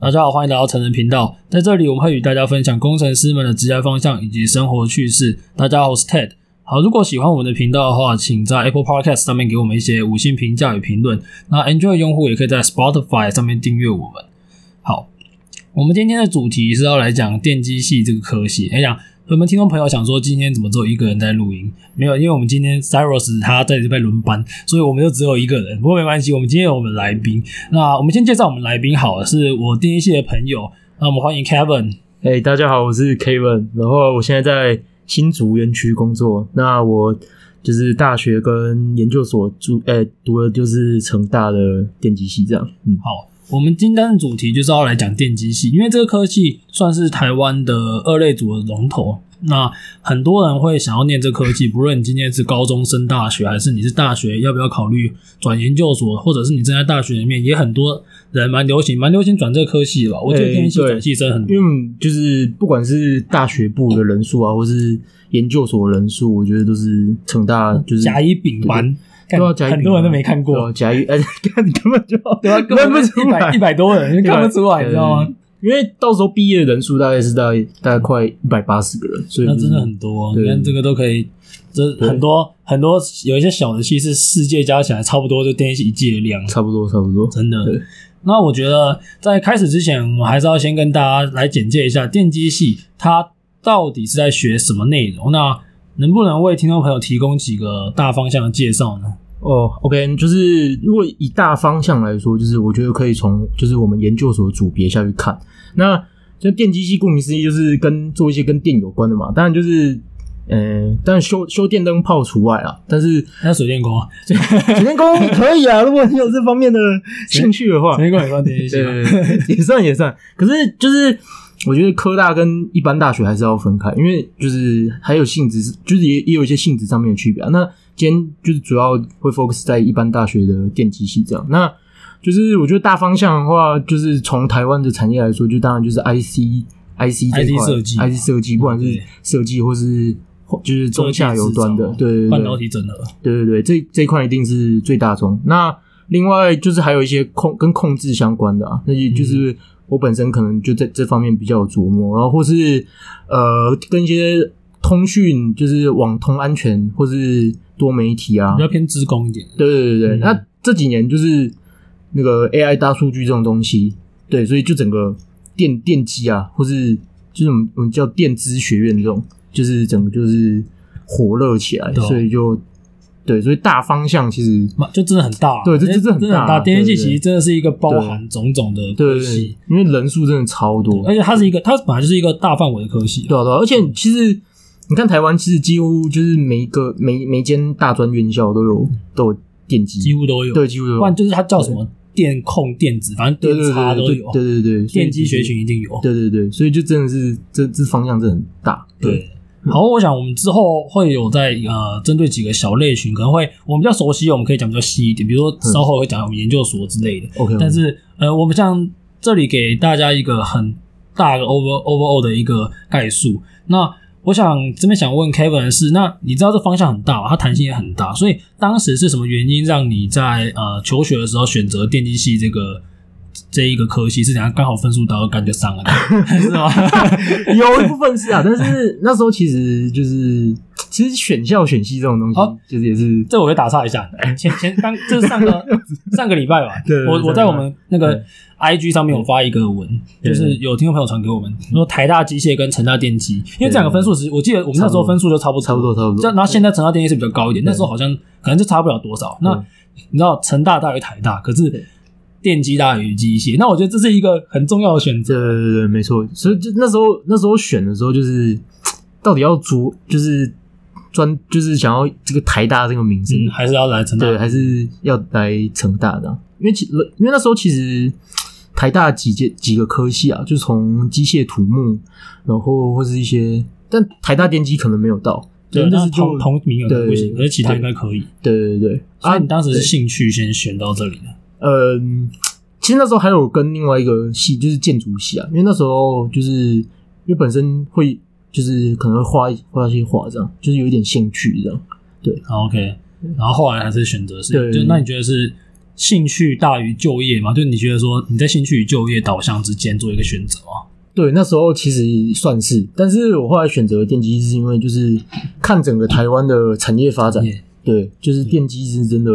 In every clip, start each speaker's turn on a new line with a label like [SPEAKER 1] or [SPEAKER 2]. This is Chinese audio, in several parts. [SPEAKER 1] 大家好，欢迎来到成人频道，在这里我们会与大家分享工程师们的职业方向以及生活趣事。大家好，我是 Ted。好，如果喜欢我们的频道的话，请在 Apple Podcast 上面给我们一些五星评价与评论。那 Android 用户也可以在 Spotify 上面订阅我们。好，我们今天的主题是要来讲电机系这个科系。哎呀，我们听众朋友想说，今天怎么只有一个人在录音？没有，因为我们今天 Cyrus 他在这边轮班，所以我们就只有一个人。不过没关系，我们今天有我们来宾。那我们先介绍我们来宾好了，是我电机系的朋友。那我们欢迎 Kevin。
[SPEAKER 2] 哎、大家好，我是 Kevin，然后我现在在新竹园区工作。那我就是大学跟研究所住，哎、读的就是成大的电机系这样。嗯，
[SPEAKER 1] 好，我们今天的主题就是要来讲电机系，因为这个科系算是台湾的二类组的龙头。那很多人会想要念这科技，不论你今天是高中升大学，还是你是大学要不要考虑转研究所，或者是你正在大学里面，也很多人蛮流行，蛮流行转这个科系的吧。我觉得
[SPEAKER 2] 哎
[SPEAKER 1] 电机系
[SPEAKER 2] 对
[SPEAKER 1] 转系生很多
[SPEAKER 2] 因。为就是不管是大学部的人数啊，或是研究所的人数，我觉得都是成大就是
[SPEAKER 1] 哦甲乙丙班，
[SPEAKER 2] 都要
[SPEAKER 1] 看
[SPEAKER 2] 甲乙丙
[SPEAKER 1] 很多人都没看
[SPEAKER 2] 对啊
[SPEAKER 1] 过，
[SPEAKER 2] 甲乙，哎、 看你根本 就
[SPEAKER 1] 对啊，根本
[SPEAKER 2] 认不
[SPEAKER 1] 就
[SPEAKER 2] 出
[SPEAKER 1] 一百
[SPEAKER 2] 来
[SPEAKER 1] 一，百多人看不出来，
[SPEAKER 2] 对
[SPEAKER 1] 你知道吗？？
[SPEAKER 2] 因为到时候毕业的人数大概是大概大概快一百八十个人，所以、
[SPEAKER 1] 那
[SPEAKER 2] 就是、
[SPEAKER 1] 真的很多，
[SPEAKER 2] 对
[SPEAKER 1] 你看这个都可以，这
[SPEAKER 2] 对
[SPEAKER 1] 很多很多有一些小的戏是世界加起来差不多就电视一季的量，
[SPEAKER 2] 差不多差不多。
[SPEAKER 1] 真的
[SPEAKER 2] 对。
[SPEAKER 1] 那我觉得在开始之前，我们还是要先跟大家来简介一下电机系它到底是在学什么内容。那能不能为听众朋友提供几个大方向的介绍呢？
[SPEAKER 2] 哦，OK，就是如果以大方向来说，就是我觉得可以从就是我们研究所的组别下去看。那像电机系，顾名思义就是跟做一些跟电有关的嘛，当然就是。呃，当然修修电灯泡除外啊，但是
[SPEAKER 1] 那水电工啊，
[SPEAKER 2] 水电工可以啊，如果你有这方面的 兴趣的话，
[SPEAKER 1] 水电工也算电机系
[SPEAKER 2] 对
[SPEAKER 1] 吗？
[SPEAKER 2] 对 对，也算也算。可是就是我觉得科大跟一般大学还是要分开，因为就是还有性质，就是也也有一些性质上面的区别、啊。那今天就是主要会 focus 在一般大学的电机系这样。那就是我觉得大方向的话，就是从台湾的产业来说，就当然就是 IC IC 这一
[SPEAKER 1] IC
[SPEAKER 2] 块
[SPEAKER 1] 设计嘛
[SPEAKER 2] ，IC 设计，不管是
[SPEAKER 1] 对
[SPEAKER 2] 设计或是就是中下游端的
[SPEAKER 1] 设，计制造
[SPEAKER 2] 对对对，
[SPEAKER 1] 半导体整合，
[SPEAKER 2] 对对对，这这一块一定是最大宗。那另外就是还有一些控跟控制相关的啊，那就就是我本身可能就在这方面比较有琢磨，然后或是呃跟一些通讯，就是网通安全或是多媒体啊
[SPEAKER 1] 比，较偏职工一点。
[SPEAKER 2] 对对对对，
[SPEAKER 1] 嗯
[SPEAKER 2] 那这几年就是那个 AI 大数据这种东西，对，所以就整个电电机啊，或是就是我们我们叫电资学院这种，就是整个就是火热起来，
[SPEAKER 1] 对啊
[SPEAKER 2] 所以就对，所以大方向其实
[SPEAKER 1] 嘛，就真的很大啊，
[SPEAKER 2] 对这这
[SPEAKER 1] 因为
[SPEAKER 2] 这很
[SPEAKER 1] 真的很大。
[SPEAKER 2] 大啊
[SPEAKER 1] 电机
[SPEAKER 2] 对
[SPEAKER 1] 系
[SPEAKER 2] 对
[SPEAKER 1] 其实
[SPEAKER 2] 对
[SPEAKER 1] 真的是一个包含种种的
[SPEAKER 2] 对
[SPEAKER 1] 科
[SPEAKER 2] 对对
[SPEAKER 1] 系，，
[SPEAKER 2] 因为人数真的超多，
[SPEAKER 1] 而且它是一个，它本来就是一个大范围的科系啊。
[SPEAKER 2] 对啊对啊，而且其实。你看台湾，其实几乎就是每一个每每间大专院校都有都有电机，
[SPEAKER 1] 几乎都有。
[SPEAKER 2] 对，几乎都有
[SPEAKER 1] 不然就是它叫什么电控、电子，反正
[SPEAKER 2] 对
[SPEAKER 1] 电
[SPEAKER 2] 对
[SPEAKER 1] 差
[SPEAKER 2] 对
[SPEAKER 1] 都
[SPEAKER 2] 对
[SPEAKER 1] 有，啊
[SPEAKER 2] 对对对，所以
[SPEAKER 1] 电机
[SPEAKER 2] 其
[SPEAKER 1] 学
[SPEAKER 2] 实
[SPEAKER 1] 群一定有。啊
[SPEAKER 2] 对对对，所以就真的是这这方向真的很大。
[SPEAKER 1] 对，
[SPEAKER 2] 嗯
[SPEAKER 1] 好，我想我们之后会有在呃，针对几个小类群，可能会我们比较熟悉，我们可以讲比较细一点，比如
[SPEAKER 2] 嗯
[SPEAKER 1] 说稍后会讲我们研究所之类的。
[SPEAKER 2] ，OK，
[SPEAKER 1] 但是呃，我们像这里给大家一个很大的 over overall 的一个概述。那我想这边想问 Kevin 的是，那你知道这方向很大嘛，它弹性也很大，所以当时是什么原因让你在呃求学的时候选择电机系这个这一个科系？是怎样刚好分数到感觉上了，是哦吗？
[SPEAKER 2] 有一部分是啊， 但是那时候其实就是其实选校选系这种东西
[SPEAKER 1] 好，
[SPEAKER 2] 就是也是
[SPEAKER 1] 这我就打岔一下，
[SPEAKER 2] 哎
[SPEAKER 1] 前前刚这是上 个上个礼拜吧
[SPEAKER 2] 对，对
[SPEAKER 1] 我
[SPEAKER 2] 上
[SPEAKER 1] 我
[SPEAKER 2] 个
[SPEAKER 1] 在
[SPEAKER 2] 礼
[SPEAKER 1] 我
[SPEAKER 2] 拜
[SPEAKER 1] 们那个
[SPEAKER 2] 对
[SPEAKER 1] I G 上面有发一个文，就
[SPEAKER 2] 对嗯
[SPEAKER 1] 是有听众朋友传给我们说台大机械跟成大电机，因为这两个分数是，我记得我们那时候分数就差不多，
[SPEAKER 2] 差不多差不多
[SPEAKER 1] 这样然后现在成大电机是比较高一点，
[SPEAKER 2] 对
[SPEAKER 1] 那时候好像可能就差不了多少。那
[SPEAKER 2] 对
[SPEAKER 1] 你知道成大大于台大，可是
[SPEAKER 2] 对
[SPEAKER 1] 电机大于机械，那我觉得这是一个很重要的选择。
[SPEAKER 2] 对对对对，没错。所以就那时候那时候选的时候，就是到底要着就是专就是想要这个台大这个名字，
[SPEAKER 1] 嗯，还是要来成大
[SPEAKER 2] 对，还是要来成大的啊、因为其因为那时候其实台大几节几个科系啊，就从机械土木，然后或是一些，但台大电机可能没有到，
[SPEAKER 1] 对，
[SPEAKER 2] 但
[SPEAKER 1] 那
[SPEAKER 2] 是
[SPEAKER 1] 是
[SPEAKER 2] 就
[SPEAKER 1] 同同名额
[SPEAKER 2] 对
[SPEAKER 1] 不行，可是其他
[SPEAKER 2] 对
[SPEAKER 1] 应该可以。
[SPEAKER 2] 对对对啊
[SPEAKER 1] 所以你当时是
[SPEAKER 2] 对
[SPEAKER 1] 兴趣先选到这里的。
[SPEAKER 2] 嗯，其实那时候还有跟另外一个系，就是建筑系啊，因为那时候就是因为本身会就是可能会画一画一些画这样，就是有一点兴趣这样。
[SPEAKER 1] 啊 OK，然后后来还是选择是，
[SPEAKER 2] 对
[SPEAKER 1] 就那你觉得是兴趣大于就业嘛？就你觉得说你在兴趣与就业导向之间做一个选择啊吗？
[SPEAKER 2] 对，那时候其实算是，但是我后来选择电机是因为就是看整个台湾的产业发展
[SPEAKER 1] Yeah
[SPEAKER 2] 对，就是电机是真的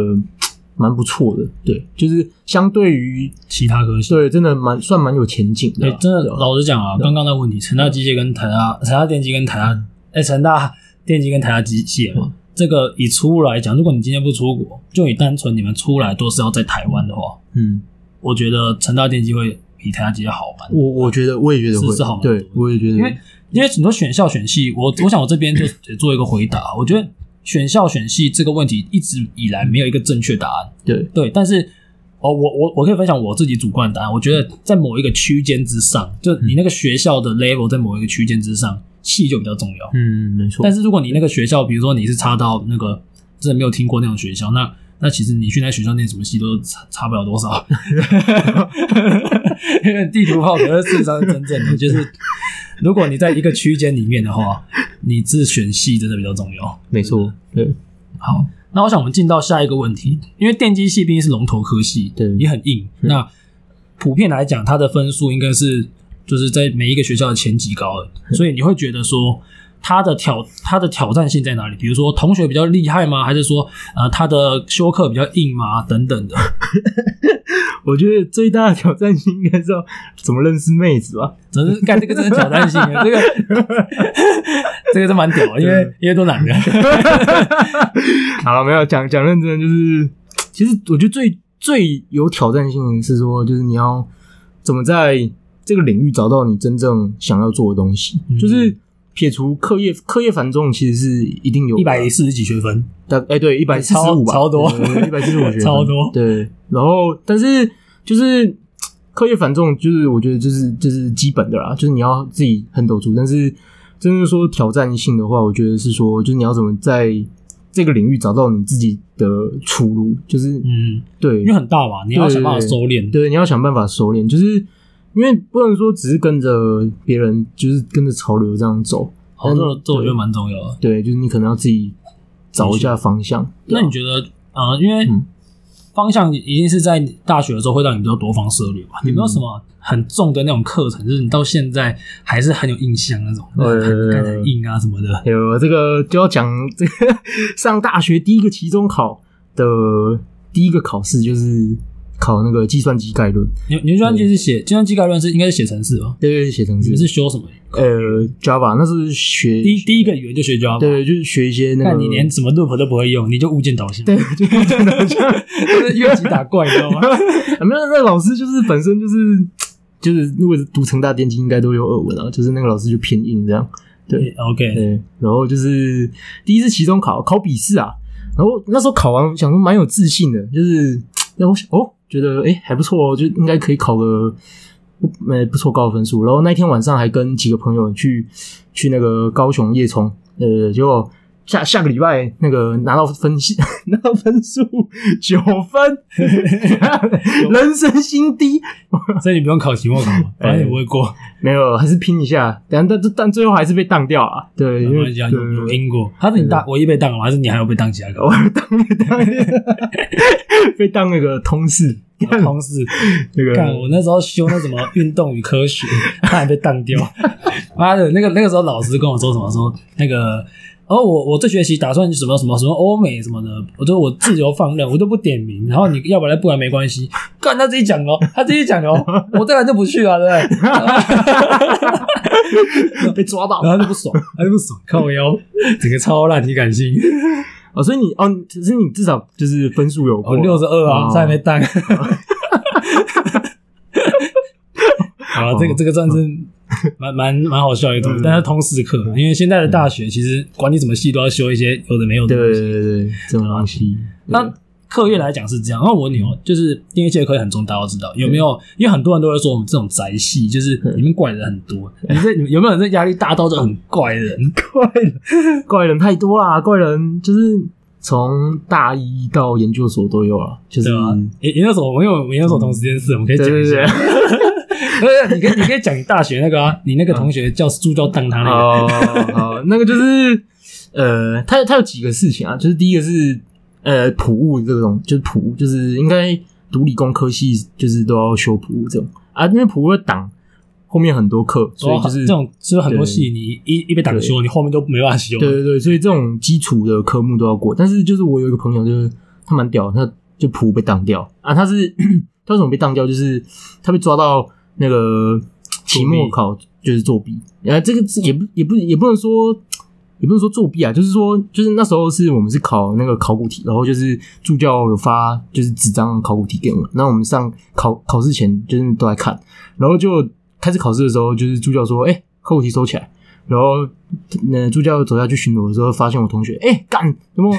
[SPEAKER 2] 蛮不错的，对，就是相对于
[SPEAKER 1] 其他科系？
[SPEAKER 2] 对，真的蛮算蛮有前景的
[SPEAKER 1] 哎、
[SPEAKER 2] 啊、
[SPEAKER 1] 真的
[SPEAKER 2] 对啊
[SPEAKER 1] 老实讲啊，刚刚那个问题，成大机械跟台大、成大电机跟台大，哎、成大电机跟台大机械
[SPEAKER 2] 嗯
[SPEAKER 1] 嘛，这个以出路来讲，如果你今天不出国，就你单纯你们出来都是要在台湾的话，
[SPEAKER 2] 嗯，
[SPEAKER 1] 我觉得成大电机会比台大机械好玩。
[SPEAKER 2] 我我觉得我也觉得
[SPEAKER 1] 是
[SPEAKER 2] 会，
[SPEAKER 1] 是好蛮
[SPEAKER 2] 对
[SPEAKER 1] 多，的
[SPEAKER 2] 我也觉得
[SPEAKER 1] 因为因为很多选校选系，我我想我这边就得做一个回答，我觉得选校选系这个问题一直以来没有一个正确答案。
[SPEAKER 2] 对，
[SPEAKER 1] 对，但是哦，我我我可以分享我自己主观的答案。我觉得在某一个区间之上，就你那个学校的 level 在某一个区间之上，系就比较重要。
[SPEAKER 2] 嗯，没错
[SPEAKER 1] 但，是如果你那个学校，比如说你是插到那个真的没有听过那种学校，那那其实你去那学校念什么系都差差不了多少， 因为地图炮，可是事实上是真正的就是，如果你在一个区间里面的话，你自选系真的比较重要。
[SPEAKER 2] 没错，对
[SPEAKER 1] 好，那我想我们进到下一个问题，因为电机系毕竟是龙头科系，
[SPEAKER 2] 对
[SPEAKER 1] 也很硬。
[SPEAKER 2] 嗯
[SPEAKER 1] 那普遍来讲，它的分数应该是就是在每一个学校的前几高的，所以你会觉得说它的挑它的挑战性在哪里？比如说同学比较厉害吗？还是说呃它的修课比较硬吗？等等的，
[SPEAKER 2] 我觉得最大的挑战性应该是要怎么认识妹子吧，
[SPEAKER 1] 真是干这个真的挑战性，啊这 个这个是蛮屌的，因为因为都男的，
[SPEAKER 2] 好了，没有讲讲认真的，就是其实我觉得最最有挑战性的是说，就是你要怎么在这个领域找到你真正想要做的东西，
[SPEAKER 1] 嗯
[SPEAKER 2] 就是撇除课业课业繁重，其实是一定有啊
[SPEAKER 1] 一百四十几学分，
[SPEAKER 2] 大哎、对一百四十
[SPEAKER 1] 超
[SPEAKER 2] 五吧，
[SPEAKER 1] 超多
[SPEAKER 2] 一百四十五学
[SPEAKER 1] 超多
[SPEAKER 2] 对，然后但是就是课业繁重，就是我觉得就是就是基本的啦，就是你要自己很抖足，但是真正说挑战性的话，我觉得是说就是你要怎么在这个领域找到你自己的出路，就是、
[SPEAKER 1] 嗯，
[SPEAKER 2] 对
[SPEAKER 1] 因为很大嘛，你要想办法收敛，
[SPEAKER 2] 对，你要想办法收敛，就是因为不能说只是跟着别人，就是跟着潮流这样走，
[SPEAKER 1] 好，这这我觉得蛮重要的。
[SPEAKER 2] 对，就是你可能要自己找一下方向。
[SPEAKER 1] 那你觉得，呃，因为
[SPEAKER 2] 啊嗯
[SPEAKER 1] 方向一定是在大学的时候会让你比较多方涉猎嘛？有没
[SPEAKER 2] 嗯
[SPEAKER 1] 有什么很重的那种课程，就是你到现在还是很有印象那种，
[SPEAKER 2] 呃
[SPEAKER 1] 干很硬啊什么的？
[SPEAKER 2] 有这个就要讲这个上大学第一个期中考的第一个考试就是考那个计算机概论，
[SPEAKER 1] 你你们计算机是写计算机概论是应该是写程式吧？
[SPEAKER 2] 对对，写成
[SPEAKER 1] 你
[SPEAKER 2] 是
[SPEAKER 1] 们是修什么？
[SPEAKER 2] 呃 Java，那是学
[SPEAKER 1] 第一第一个语言就学 Java，
[SPEAKER 2] 对，就是学一些那
[SPEAKER 1] 那
[SPEAKER 2] 个
[SPEAKER 1] 你连什么 loop 都不会用，你就物件导向，
[SPEAKER 2] 对，就是真的好像
[SPEAKER 1] 就是越级打怪，你知道吗？
[SPEAKER 2] 没有那个老师就是本身就是就是如果是读成大电机应该都有耳闻啊，就是那个老师就偏硬这样， 对
[SPEAKER 1] OK，
[SPEAKER 2] 对，然后就是第一次期中考考笔试啊，然后那时候考完想说蛮有自信的，就是然后我想哦觉得哎还不错哦，就应该可以考个不呃不错高的分数。然后那天晚上还跟几个朋友去去那个高雄夜冲，呃结果。下下个礼拜那个拿到分析 拿到分数九 分，人生新低，
[SPEAKER 1] 所以你不用考期末考嘛，反正也不会过，
[SPEAKER 2] 没有还是拼一下，但但但最后还是被当掉了。对，
[SPEAKER 1] 没
[SPEAKER 2] 因为
[SPEAKER 1] 关系啊，
[SPEAKER 2] 对
[SPEAKER 1] 有有赢过。他是你大唯一被当了吗？还是你还有被当其他
[SPEAKER 2] 偶
[SPEAKER 1] 考？
[SPEAKER 2] 尔当当被当那个通事，
[SPEAKER 1] 我同事
[SPEAKER 2] 那
[SPEAKER 1] 看
[SPEAKER 2] 个
[SPEAKER 1] 我那时候修那什么运动与科学， 他还被当掉。 妈的，那个那个时候老师跟我说什么说那个，哦我我这学期打算什么什么什么欧美什么的，我就我自由放任，我都不点名。然后你要不然不然没关系，干他自己讲哦，他自己讲哦，我当然就不去了，对不对？
[SPEAKER 2] 被抓到
[SPEAKER 1] 然后他就不爽，他就不爽，靠腰，整个超烂体感性，
[SPEAKER 2] 哦，所以你哦，只是你至少就是分数有
[SPEAKER 1] 我
[SPEAKER 2] 过
[SPEAKER 1] 六十二啊，
[SPEAKER 2] 哦
[SPEAKER 1] 差点被 当。好了，这个这个算是蛮蛮蛮好笑的一种
[SPEAKER 2] 哦嗯，
[SPEAKER 1] 但是通识课，因为现在的大学其实管你什么系都要修一些有的没有的
[SPEAKER 2] 对
[SPEAKER 1] 东西。
[SPEAKER 2] 对对对，这种东西，
[SPEAKER 1] 那课业来讲是这样，那我问你哦，就是电机系的课业很重，大家都知道有没有？因为很多人都会说我们这种宅系，就是
[SPEAKER 2] 嗯
[SPEAKER 1] 里面怪人很多。你这你有没有人这压力大到就很怪人？
[SPEAKER 2] 怪人怪人太多啦，怪人就是从大一到研究所都有了，就是
[SPEAKER 1] 对吧？研研究所，我因为我们研究所同时间是，我们可以讲一下
[SPEAKER 2] 对 对。
[SPEAKER 1] 对，你可以你可以讲你大学那个啊，你那个同学叫助教当他那个，
[SPEAKER 2] 哦，好，那个就是呃，它它有几个事情啊，就是第一个是呃，普物这种，就是普，就是应该读理工科系就是都要修普物这种啊，因为普物会挡后面很多课，所以就是
[SPEAKER 1] 这种，就是很多
[SPEAKER 2] 对
[SPEAKER 1] 戏你一一被挡修，你后面就没办法修。
[SPEAKER 2] 对对对，所以这种基础的科目都要过。但是就是我有一个朋友，就是他蛮屌的，他就普被当掉啊，他是 他为什么被当掉？就是他被抓到那个期末考就是作弊，然后这个是也不也不也不能说。也不能说作弊啊，就是说，就是那时候是我们是考那个考古题，然后就是助教有发就是纸张考古题给我们，那我们上考考试前就是都在看，然后就开始考试的时候，就是助教说：“哎、考古题收起来。”然后那助教走下去巡逻的时候，发现我同学，哎、干，怎么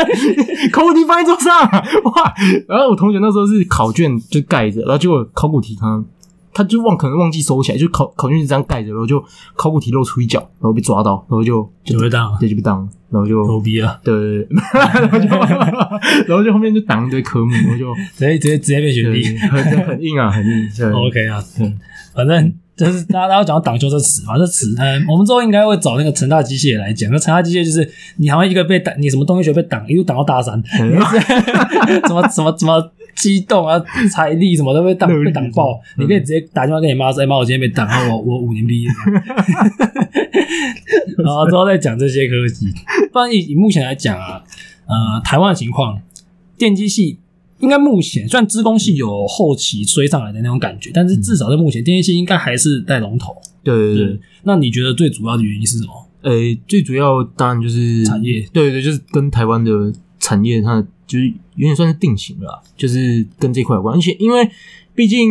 [SPEAKER 2] 考古题放在桌上、啊？哇！然后我同学那时候是考卷就盖着，然后结果考古题他他就忘可能忘记收起来，就考考卷就这样盖着，然后就考古题露出一角，然后被抓到，然后就
[SPEAKER 1] 就会当
[SPEAKER 2] 对就被当了，然后就
[SPEAKER 1] 牛逼啊！
[SPEAKER 2] 对， 然后就然后就后面就挡一堆科目，然 后就
[SPEAKER 1] 直接直接直接被选
[SPEAKER 2] 对
[SPEAKER 1] 低。
[SPEAKER 2] 很很硬啊，很硬。对
[SPEAKER 1] OK 啊
[SPEAKER 2] 嗯，
[SPEAKER 1] 反正就是大家大家讲到挡修这词嘛，这词，嗯，我们之后应该会找那个成大机械来讲。那成大机械就是你好像一个被挡，你什么东西学被挡，一路挡到大三，
[SPEAKER 2] 嗯
[SPEAKER 1] 什么什么什么激动啊、财力什么都被挡
[SPEAKER 2] 热力
[SPEAKER 1] 被挡爆，你可以直接打电话跟你妈说：“哎妈，我今天被挡，然后我我五年毕业。” 然后之后再讲这些科技。不然以以目前来讲啊，呃，台湾的情况，电机系应该目前虽然资工系有后期追上来的那种感觉，但是至少在目前电机系应该还是带龙头。
[SPEAKER 2] 对对对。
[SPEAKER 1] 那你觉得最主要的原因是什么？
[SPEAKER 2] 呃，最主要当然就是
[SPEAKER 1] 产业，
[SPEAKER 2] 对对，就是跟台湾的产业，它就是有点算是定型了啦，就是跟这块有关。而且因为毕竟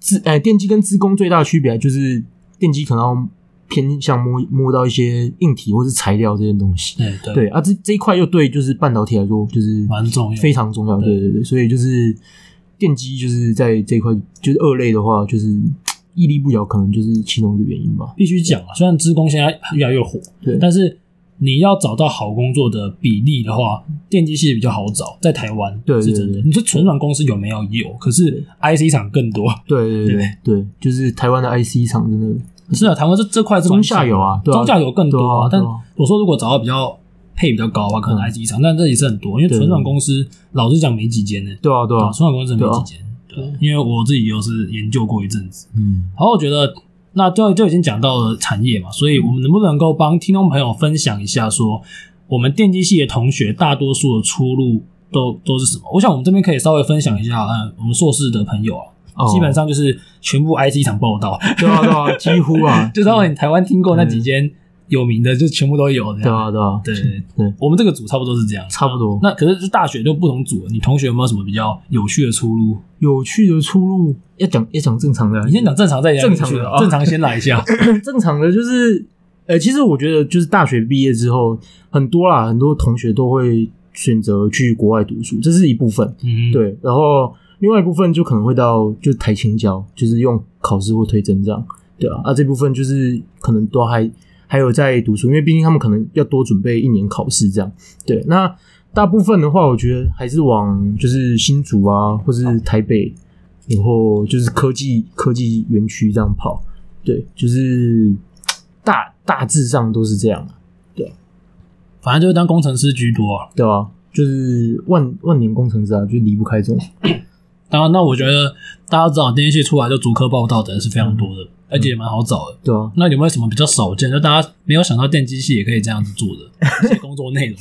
[SPEAKER 2] 自呃电机跟资工最大的区别啊就是电机可能要偏向摸摸到一些硬体或是材料这些东西，
[SPEAKER 1] 对对，
[SPEAKER 2] 对啊，这这一块又对就是半导体来说就是
[SPEAKER 1] 蛮重要的
[SPEAKER 2] 非常重要，对对对，所以就是电机就是在这一块就是二类的话，就是屹立不摇，可能就是其中一个原因吧。
[SPEAKER 1] 必须讲啊，虽然资工现在越来越火，
[SPEAKER 2] 对
[SPEAKER 1] 但是你要找到好工作的比例的话，电机系比较好找，在台湾
[SPEAKER 2] 对
[SPEAKER 1] 是真
[SPEAKER 2] 对
[SPEAKER 1] 的。
[SPEAKER 2] 对
[SPEAKER 1] 你说纯软公司有没有？有，可是 IC 厂更 多。
[SPEAKER 2] 对对对对，就是台湾的 IC 厂真的
[SPEAKER 1] 是啊，台湾这这块是蛮
[SPEAKER 2] 中下游啊对啊
[SPEAKER 1] 中下游更多啊。
[SPEAKER 2] 对
[SPEAKER 1] 但
[SPEAKER 2] 啊对啊
[SPEAKER 1] 我说如果找到比较配比较高啊，可能
[SPEAKER 2] 嗯
[SPEAKER 1] IC 厂，但这也是很多，因为
[SPEAKER 2] 对
[SPEAKER 1] 纯软公司老实讲没几间呢。
[SPEAKER 2] 对啊对啊
[SPEAKER 1] 啊，，纯软公司没
[SPEAKER 2] 对啊
[SPEAKER 1] 几间。对啊，因为我自己有是研究过一阵子，
[SPEAKER 2] 嗯，
[SPEAKER 1] 好，我觉得那就就已经讲到了产业嘛，所以我们能不能够帮听众朋友分享一下说，我们电机系的同学大多数的出路都都是什么？我想我们这边可以稍微分享一下，嗯，我们硕士的朋友啊，
[SPEAKER 2] 哦
[SPEAKER 1] 基本上就是全部 IT 厂报道，，
[SPEAKER 2] 对啊对啊，几乎啊
[SPEAKER 1] 就是你台湾听过那几间有名的，就全部都有
[SPEAKER 2] 对
[SPEAKER 1] 的。
[SPEAKER 2] 啊对啊，
[SPEAKER 1] 对
[SPEAKER 2] 对，
[SPEAKER 1] 我们这个组差不多是这样，
[SPEAKER 2] 差不多
[SPEAKER 1] 那可是就大学就不同组了，你同学有没有什么比较有趣的出路？
[SPEAKER 2] 有趣的出路要讲要讲正常的啊，
[SPEAKER 1] 你先讲正常，再讲有趣
[SPEAKER 2] 正常的啊
[SPEAKER 1] 正常先来一 下。
[SPEAKER 2] 正常的就是，呃，其实我觉得就是大学毕业之后，很多啦，很多同学都会选择去国外读书，这是一部分。
[SPEAKER 1] 嗯，
[SPEAKER 2] 对，然后另外一部分就可能会到就台青教，就是用考试或推甄这样，对啊，啊这部分就是可能都还还有在读书，因为毕竟他们可能要多准备一年考试这样，对，那大部分的话，我觉得还是往就是新竹啊，或是台北，然后就是科技科技园区这样跑，对，就是大大致上都是这样，
[SPEAKER 1] 反正就是当工程师居多、啊。
[SPEAKER 2] 对吧、啊？就是万万年工程师啊，就离不开这种，
[SPEAKER 1] 当然，那我觉得大家知道电信系出来就逐科报道的人是非常多的，而且也蛮好找的。
[SPEAKER 2] 对啊，
[SPEAKER 1] 那有没有什么比较少见，就大家没有想到电机系也可以这样子做 的一些工作内容？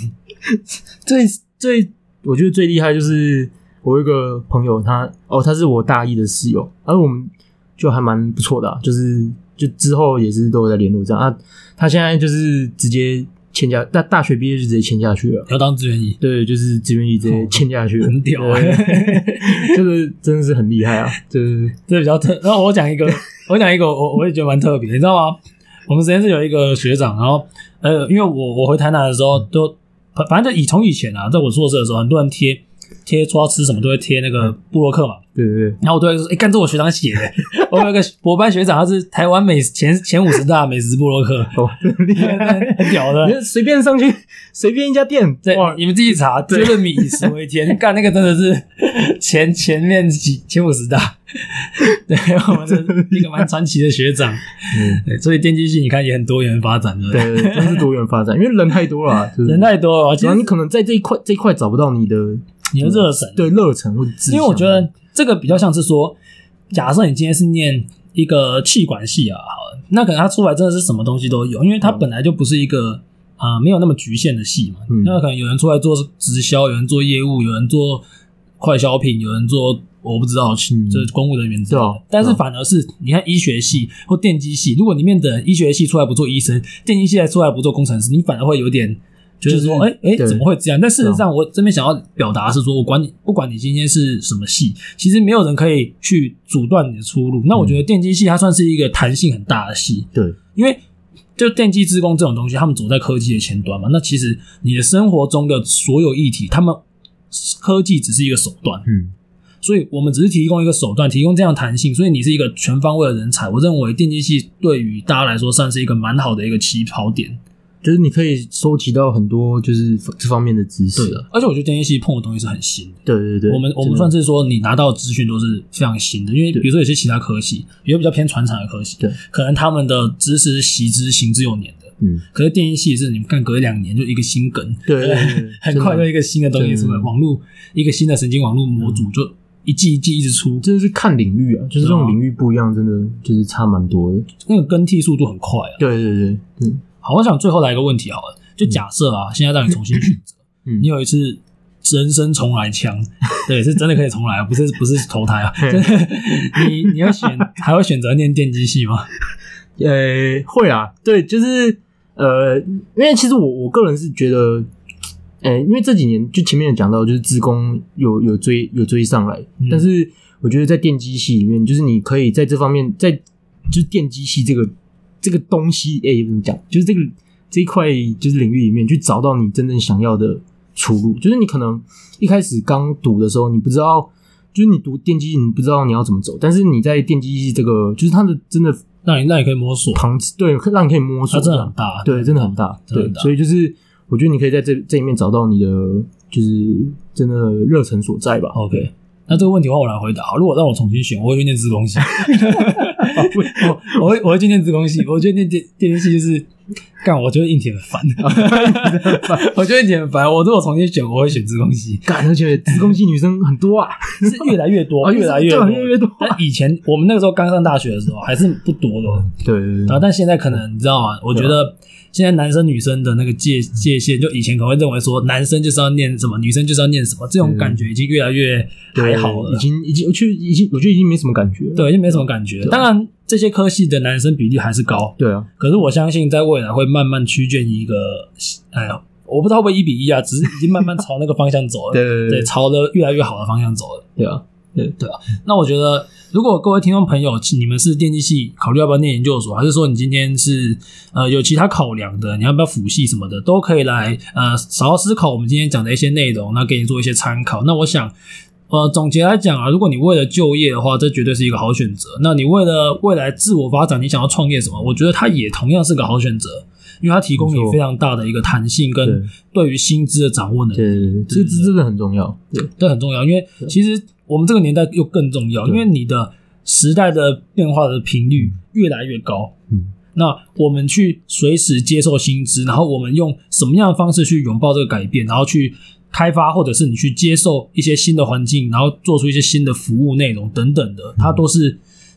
[SPEAKER 2] 最最，我觉得最厉害就是我有一个朋友他，哦，他是我大一的室友，然后我们就还蛮不错的啊、就是就之后也是都有在联络这样啊。他现在就是直接签下，大大学毕业就直接签下去了，
[SPEAKER 1] 要当志愿役，
[SPEAKER 2] 对，就是志愿役直接签下去了，
[SPEAKER 1] 很屌啊
[SPEAKER 2] 对 就是真的是很厉害啊，就是
[SPEAKER 1] 这比较特。然后我讲一 个，我讲一个，我我也觉得蛮特别，你知道吗？我们之前是有一个学长，然后呃，因为我我回台南的时候都，反反正就以从以前啊，在我宿舍的时候，很多人贴贴说要吃什么都会贴那个布洛克嘛，
[SPEAKER 2] 对对对，
[SPEAKER 1] 然后我都会说：“哎、干这我学长写的。”我有一个博班学长，他是台湾美前前五十大美食部落客，
[SPEAKER 2] 哦， 很厉害。
[SPEAKER 1] 很屌的。
[SPEAKER 2] 你就随便上去，随便一家店，
[SPEAKER 1] 对
[SPEAKER 2] 哇，，
[SPEAKER 1] 你们自己查，
[SPEAKER 2] 对
[SPEAKER 1] 就是米以食为天。干那个真的是前前面几前五十大，对我们的一个蛮传奇的学长。
[SPEAKER 2] 嗯
[SPEAKER 1] 对，所以电机系你看也很多元发展，对不
[SPEAKER 2] 对，
[SPEAKER 1] 对？
[SPEAKER 2] 对对真的是多元发展，因为人太多了啊，就是
[SPEAKER 1] 人太多了，其实
[SPEAKER 2] 主要你可能在这一块这一块找不到你的
[SPEAKER 1] 你的热忱。
[SPEAKER 2] 对热忱或者志向
[SPEAKER 1] 因为我觉得这个比较像是说，假设你今天是念一个气管系啊，好了，那可能他出来真的是什么东西都有，因为他本来就不是一个啊、呃没有那么局限的系嘛。
[SPEAKER 2] 嗯
[SPEAKER 1] 那可能有人出来做直销，有人做业务，有人做快消品，有人做我不知道，
[SPEAKER 2] 嗯
[SPEAKER 1] 就是公务人员之类
[SPEAKER 2] 对
[SPEAKER 1] 的。
[SPEAKER 2] 啊
[SPEAKER 1] 但是
[SPEAKER 2] 对啊
[SPEAKER 1] 反而是你看医学系或电机系，如果里面的人医学系出来不做医生，电机系出来不做工程师，你反而会有点。就是说，
[SPEAKER 2] 就
[SPEAKER 1] 哎
[SPEAKER 2] 是
[SPEAKER 1] 哎、诶
[SPEAKER 2] 对啊
[SPEAKER 1] 怎么会这样？但事实上，我这边想要表达的是说，我管你不管你今天是什么系，其实没有人可以去阻断你的出路。那我觉得电机系它算是一个弹性很大的系，
[SPEAKER 2] 对
[SPEAKER 1] 因为就电机职工这种东西，他们走在科技的前端嘛。那其实你的生活中的所有议题，他们科技只是一个手段，
[SPEAKER 2] 嗯
[SPEAKER 1] 所以我们只是提供一个手段，提供这样的弹性。所以你是一个全方位的人才，我认为电机系对于大家来说算是一个蛮好的一个起跑点。
[SPEAKER 2] 就是你可以收集到很多就是这方面的知识啊，
[SPEAKER 1] 而且我觉得电机系碰的东西是很新的。
[SPEAKER 2] 对对对，
[SPEAKER 1] 我们我们
[SPEAKER 2] 真的
[SPEAKER 1] 算是说，你拿到的资讯都是非常新的，因为比如说有些其他科系，有些比较偏传产的科系，
[SPEAKER 2] 对，
[SPEAKER 1] 可能他们的知识是习之行之有年的，
[SPEAKER 2] 嗯
[SPEAKER 1] 可是电音系是你们看隔两年就一个新梗，
[SPEAKER 2] 对对 对对
[SPEAKER 1] 很快就一个新的东西出
[SPEAKER 2] 真
[SPEAKER 1] 来，
[SPEAKER 2] 的
[SPEAKER 1] 网络一个新的神经网络模
[SPEAKER 2] 嗯
[SPEAKER 1] 组就一季一季一直出，
[SPEAKER 2] 真的是看领域啊，就是这种领域不一样，真的就是差蛮多的。
[SPEAKER 1] 那个更替速度很快啊。
[SPEAKER 2] 对对对，嗯
[SPEAKER 1] 好，我想最后来一个问题好了，就假设啊，现在让你重新选择，
[SPEAKER 2] 嗯
[SPEAKER 1] 你有一次人生重来枪， 对，是真的可以重来，不是不是投胎 啊，
[SPEAKER 2] 嘿
[SPEAKER 1] 就是你你要 选，还会选择念电机系吗？
[SPEAKER 2] 呃，会啊，对，就是呃，因为其实我我个人是觉得，呃，因为这几年就前面有讲到，就是自工有有追有追上来，
[SPEAKER 1] 嗯
[SPEAKER 2] 但是我觉得在电机系里面，就是你可以在这方面，在就是电机系这个这个东西，哎、怎么讲，就是这个这一块就是领域里面去找到你真正想要的出路，就是你可能一开始刚读的时候，你不知道。就是你读电机，你不知道你要怎么走，但是你在电机系这个，就是它的真的
[SPEAKER 1] 让你让你可以摸索，
[SPEAKER 2] 旁对，可让你可以摸
[SPEAKER 1] 它
[SPEAKER 2] 索，
[SPEAKER 1] 啊真的很大，
[SPEAKER 2] 对，真的很大，
[SPEAKER 1] 真的很
[SPEAKER 2] 对，
[SPEAKER 1] 大
[SPEAKER 2] 所以就是我觉得你可以在这这里面找到你的就是真的热忱所在吧。
[SPEAKER 1] OK，那这个问题的话，我来回答好。如果让我重新选，我会去念自 工系。我我会我会去念自工系，我觉得念电电机系就是干，我觉 得硬体很烦。 我觉得硬体很烦。我如果重新选，我会选自工系，
[SPEAKER 2] 干，而且职工系女生很 多啊，
[SPEAKER 1] 是越来越多，
[SPEAKER 2] 哦
[SPEAKER 1] 越来越
[SPEAKER 2] 对
[SPEAKER 1] 多，
[SPEAKER 2] 越来越多
[SPEAKER 1] 但以前我们那个时候刚上大学的时候还是不多的，
[SPEAKER 2] 对嗯对啊
[SPEAKER 1] 然
[SPEAKER 2] 对
[SPEAKER 1] 后但现在可能你知道吗？我觉得现在男生女生的那个界界限，就以前可能会认为说男生就是要念什么，女生就是要念什么，这种
[SPEAKER 2] 嗯
[SPEAKER 1] 感觉已经越来越
[SPEAKER 2] 对，
[SPEAKER 1] 还好了
[SPEAKER 2] 已。经已经，我去已经，我觉得已经没什么感觉了。
[SPEAKER 1] 对，就没什么感
[SPEAKER 2] 啊
[SPEAKER 1] 觉。当然，这些科系的男生比例还是高，
[SPEAKER 2] 对啊，
[SPEAKER 1] 可是我相信在未来会慢慢趋近一个，哎，我不知道会不会一比一啊，只是已经慢慢朝那个方向走了，
[SPEAKER 2] 对对对
[SPEAKER 1] 朝着越来越好的方向走了。
[SPEAKER 2] 对啊，
[SPEAKER 1] 那我觉得，如果各位听众朋友，你们是电机系，考虑要不要念研究所，还是说你今天是呃有其他考量的，你要不要辅系什么的，都可以来呃好好思考我们今天讲的一些内容，那给你做一些参考。那我想。呃，总结来讲啊，如果你为了就业的话，这绝对是一个好选择。那你为了未来自我发展，你想要创业什么，我觉得它也同样是个好选择，因为它提供你
[SPEAKER 2] 没错
[SPEAKER 1] 非常大的一个弹性跟对于薪资的掌握能力。
[SPEAKER 2] 对对对，这这真的很重要。对
[SPEAKER 1] 这很重要，因为其实我们这个年代又更重要，因
[SPEAKER 2] 对
[SPEAKER 1] 为你的时代的变化的频率越来越高。
[SPEAKER 2] 嗯，
[SPEAKER 1] 那我们去随时接受新知，然后我们用什么样的方式去拥抱这个改变，然后去开发，或者是你去接受一些新的环境，然后做出一些新的服务内容等等的，它都是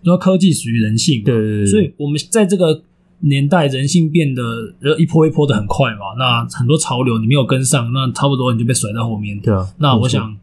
[SPEAKER 1] 因为科技属于人性嘛，
[SPEAKER 2] 对嗯对对，
[SPEAKER 1] 所以我们在这个年代，人性变得呃一波一波的很快嘛，那很多潮流你没有跟上，那差不多你就被甩在后面。
[SPEAKER 2] 对啊，
[SPEAKER 1] 那我
[SPEAKER 2] 没错
[SPEAKER 1] 想，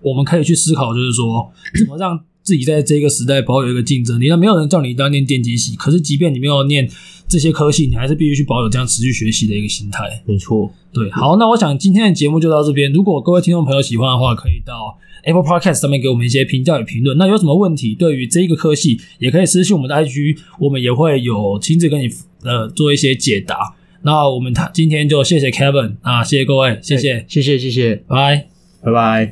[SPEAKER 1] 我们可以去思考，就是说， 怎么让自己在这个时代保有一个竞争力。那没有人叫你一定要念电机系，可是即便你没有念这些科系，你还是必须去保有这样持续学习的一个心态。
[SPEAKER 2] 没错，
[SPEAKER 1] 对，好，那我想今天的节目就到这边。如果各位听众朋友喜欢的话，可以到 Apple Podcast 上面给我们一些评价与评论。那有什么问题，对于这一个科系，也可以私信我们的 IG，我们也会有亲自跟你呃做一些解答。那我们他今天就谢谢 Kevin 啊，谢谢各位，谢谢，
[SPEAKER 2] 谢谢谢谢，
[SPEAKER 1] 拜。
[SPEAKER 2] 拜拜。